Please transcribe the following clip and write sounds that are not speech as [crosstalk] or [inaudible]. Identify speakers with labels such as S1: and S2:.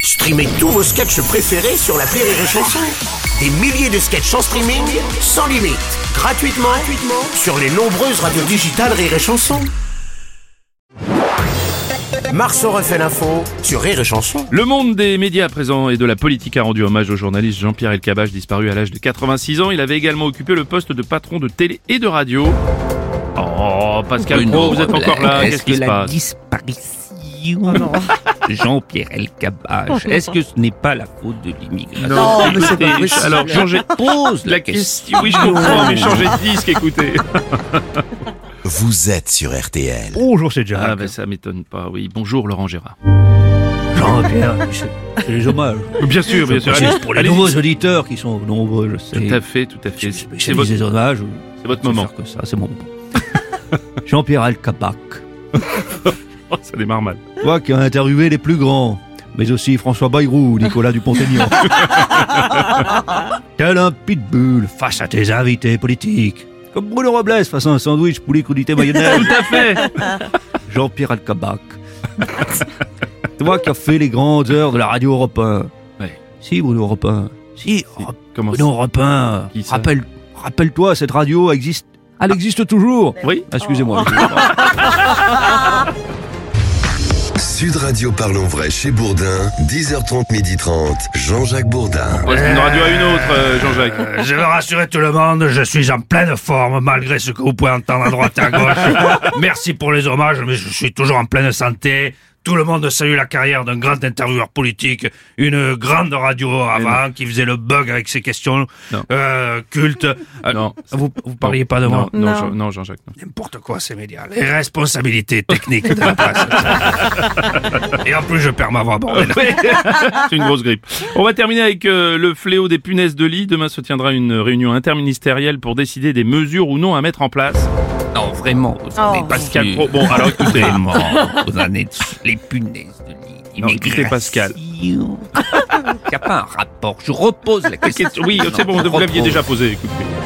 S1: Streamez tous vos sketchs préférés sur la Rire et Chanson. Des milliers de sketchs en streaming, sans limite, gratuitement, gratuitement sur les nombreuses radios digitales Rire et Chanson. Marceau refait l'info sur Rire et Chanson.
S2: Le monde des médias à présent et de la politique a rendu hommage au journaliste Jean-Pierre Elkabbach, disparu à l'âge de 86 ans. Il avait également occupé le poste de patron de télé et de radio. Oh, Pascal
S3: Bruno
S2: Pro, vous êtes
S3: Robles,
S2: encore là,
S3: Est-ce
S2: qu'est-ce
S3: que
S2: qui se
S3: la
S2: passe
S3: disparition de Jean-Pierre Elkabbach, est-ce que ce n'est pas la faute de l'immigration
S2: mais c'est pas possible. Alors, changez
S3: Pose
S2: la question. Oui, je comprends, mais changez de disque, écoutez.
S1: Vous êtes sur RTL.
S4: Bonjour, c'est
S2: Ah,
S4: Jack.
S2: ben ça m'étonne pas, oui. Bonjour, Laurent Gérard.
S3: Jean-Pierre, c'est- Ah, [laughs] c'est les hommages.
S2: Bien sûr, bien sûr.
S3: C'est
S2: Allez,
S3: pour les
S2: allez,
S3: nouveaux auditeurs qui sont nombreux, je sais.
S2: Tout à fait, tout à
S3: Je-
S2: fait.
S3: je- je-
S2: C'est
S3: je-
S2: votre,
S3: les hommages.
S2: c'est votre moment.
S3: Que ça, c'est mon moment. [laughs] Jean-Pierre Elkabbach,
S2: Oh, ça démarre mal.
S3: toi qui as interviewé les plus grands, mais aussi François Bayrou, Nicolas [laughs] Dupont-Aignan. Tel un pitbull face à tes invités politiques. Comme Bruno Robles face à un sandwich poulet crudité mayonnaise.
S2: Tout à fait.
S3: Jean-Pierre Alcabac. Toi qui as fait les grandes heures de la radio Europe 1.
S2: Ouais.
S3: Si, Bruno Europe 1. Si, Europe-
S2: Comment
S3: Bruno Europe 1.
S2: Qui ça
S3: Rappelle, rappelle-toi, cette radio existe. Elle existe toujours.
S2: Oui.
S3: Excusez-moi.
S5: Sud Radio Parlons Vrai chez Bourdin, 10h30, 12h30, Jean-Jacques Bourdin.
S2: On passe d'une radio à une autre, euh, Jean-Jacques.
S3: Je veux rassurer tout le monde, je suis en pleine forme malgré ce que vous pouvez entendre à droite et
S2: [laughs]
S3: à gauche. Merci pour les hommages, mais je suis toujours en pleine santé. Tout le monde salue la carrière d'un grand intervieweur politique, une grande radio avant qui faisait le bug avec ses questions
S2: Non.
S3: euh, cultes. Euh,
S2: Ah, Non.
S3: Vous, vous parliez pas de
S2: non,
S3: moi
S2: Non,
S6: Non.
S2: Jean- non, Jean-Jacques. non.
S3: N'importe quoi, ces médias. Les responsabilités techniques de la presse.
S2: [laughs]
S3: Et en plus, je perds ma voix. bordel.
S2: C'est une grosse grippe. On va terminer avec euh, le fléau des punaises de lit. Demain se tiendra une réunion interministérielle pour décider des mesures ou non à mettre en place.
S3: Non, vraiment, vous en
S6: Oh.
S3: êtes
S2: Pascal
S3: sûr.
S2: Pro- bon, alors écoutez.
S3: Vraiment, vous en êtes sûr. les punaises de lit.
S2: Non, écoutez, Pascal.
S3: Il n'y a pas un rapport. Je repose la question.
S2: Oui, c'est bon,
S3: Je
S2: vous l'aviez
S3: repose.
S2: déjà posé. Écoutez.